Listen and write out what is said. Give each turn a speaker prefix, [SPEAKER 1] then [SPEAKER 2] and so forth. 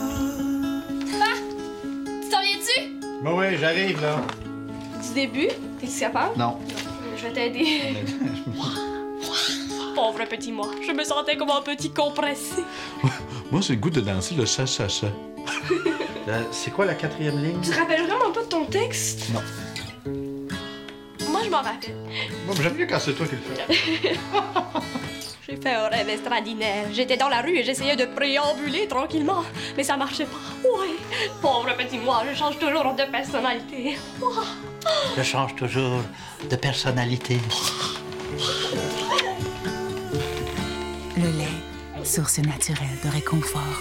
[SPEAKER 1] Papa! Tu t'en viens-tu?
[SPEAKER 2] Ben oui, j'arrive là.
[SPEAKER 1] Du début? T'es-tu capable?
[SPEAKER 2] Non.
[SPEAKER 1] Je vais t'aider. Pauvre petit moi. Je me sentais comme un petit compressé.
[SPEAKER 3] Moi, j'ai le goût de danser le cha-cha-cha.
[SPEAKER 2] Ben, c'est quoi la quatrième ligne?
[SPEAKER 1] Tu te rappelles vraiment pas de ton texte?
[SPEAKER 2] Non.
[SPEAKER 1] Moi, je m'en rappelle.
[SPEAKER 2] Bon, J'aime mieux quand c'est toi qui le fais.
[SPEAKER 1] J'ai fait un rêve extraordinaire. J'étais dans la rue et j'essayais de préambuler tranquillement, mais ça marchait pas. Ouais. Pauvre petit moi, je change toujours de personnalité. Ouah.
[SPEAKER 2] Je change toujours de personnalité.
[SPEAKER 4] Le lait, source naturelle de réconfort.